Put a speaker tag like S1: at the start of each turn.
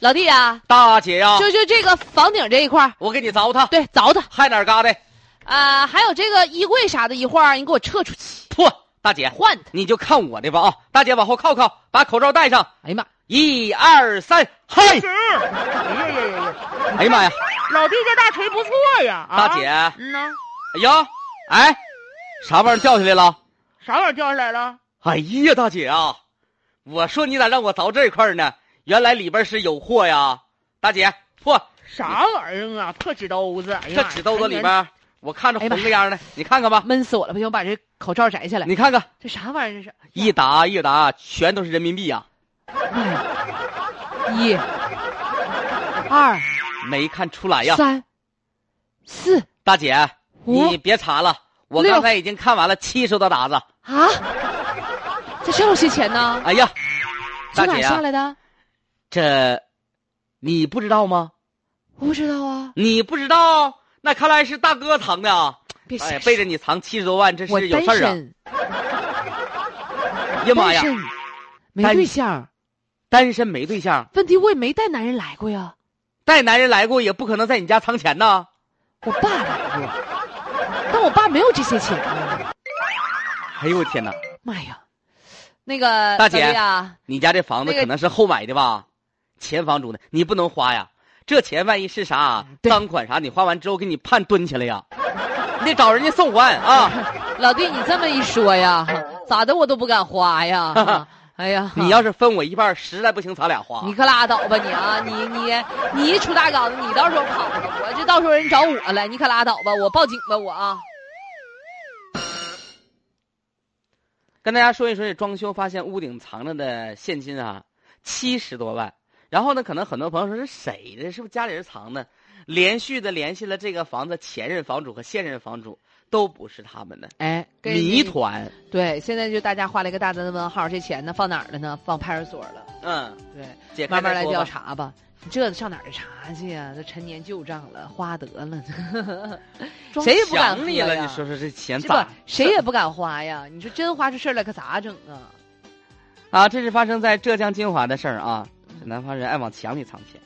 S1: 老弟啊，
S2: 大姐呀、
S1: 就就这个房顶这一块儿，
S2: 我给你凿它，
S1: 对，凿它
S2: 还哪儿嘎的？
S1: 啊，还有这个衣柜啥的一会儿你给我撤出去，
S2: 嚯，大姐，
S1: 换它。
S2: 你就看我的吧啊！大姐往后靠靠，把口罩戴上。
S1: 哎呀妈，
S2: 一二三，嘿！
S3: 哎呀呀呀呀！
S2: 哎呀妈呀，
S3: 老弟这大锤不错呀！啊
S2: 大姐，
S3: 嗯呐，
S2: 哎呀，哎，啥玩意儿掉下来了？
S3: 啥玩意儿掉下来了？
S2: 哎呀，大姐啊，我说你咋让我凿这块儿呢？原来里边是有货呀！大姐，嚯，
S3: 啥玩意儿啊？破纸兜子！哎
S2: 这
S3: 呀妈呀
S2: 纸兜子里，
S3: 哎呀
S2: 边，我看着
S1: 哎呀
S2: 红
S1: 妈
S2: 个样的，你看看吧，
S1: 闷死我了！不行，我把这口罩摘下来。
S2: 你看看，
S1: 这啥玩意儿？这是
S2: 一沓一沓全都是人民币啊呀、
S1: 一、二、
S2: 没看出哎来呀，
S1: 三、四
S2: 大姐，
S1: 五
S2: 你别查了，我
S1: 哦六
S2: 刚才已经看完了七十多沓子。
S1: 啊！这这么些钱呢？
S2: 哎呀，大
S1: 从哪
S2: 姐
S1: 儿
S2: 啊
S1: 下，来的？
S2: 这你不知道吗？
S1: 我不知道啊！
S2: 你不知道，那看来是大哥藏的啊！
S1: 别
S2: 哎
S1: 瞎，
S2: 呀背着你藏七十多万，这
S1: 我
S2: 是有
S1: 单
S2: 事儿啊！
S1: 身，
S2: 哎呀妈呀
S1: 单，身，没
S2: 单
S1: 对象。
S2: 单身没对象，
S1: 问题我也没带男人来过呀，
S2: 带男人来过也不可能在你家藏钱呐。
S1: 我爸来过，但我爸没有这些钱啊。
S2: 哎呦我天哪，
S1: 妈呀，那个
S2: 大姐
S1: 老弟啊，
S2: 你家这房子
S1: 那个
S2: 可能是后买的吧？前房主的，你不能花呀。这钱万一是啥
S1: 对
S2: 赃款啥，你花完之后给你判蹲起来呀，你得找人家送还 啊。
S1: 老弟，你这么一说呀，咋的我都不敢花呀。哎呀，
S2: 你要是分我一半儿，实在不行咱俩花。
S1: 你可拉倒吧你啊！你你你一出大稿子，你到时候跑了，我这到时候人找我了，你可拉倒吧，我报警吧我啊！
S2: 跟大家说一说，这装修发现屋顶藏着的现金啊，七十多万。然后呢，可能很多朋友说是谁的？是不是家里人藏的？连续的联系了这个房子前任房主和现任房主，都不是他们的
S1: 哎，跟人家
S2: 谜团。
S1: 对，现在就大家画了一个大大的问号，这钱呢放哪儿了呢？放派出所了。
S2: 嗯，
S1: 对，
S2: 姐
S1: 慢慢
S2: 开
S1: 来
S2: 始说
S1: 调
S2: 吧。
S1: 查吧。你这上哪儿查去呀、这陈年旧账了，花得 了。谁也不敢
S2: 想你
S1: 喝
S2: 了，
S1: 呀
S2: 你说说这钱
S1: 这
S2: 咋
S1: 不，谁 也不敢花呀！你说真花出事儿来，可咋整啊？
S2: 啊？这是发生在浙江金华的事儿啊，这南方人爱往墙里藏钱。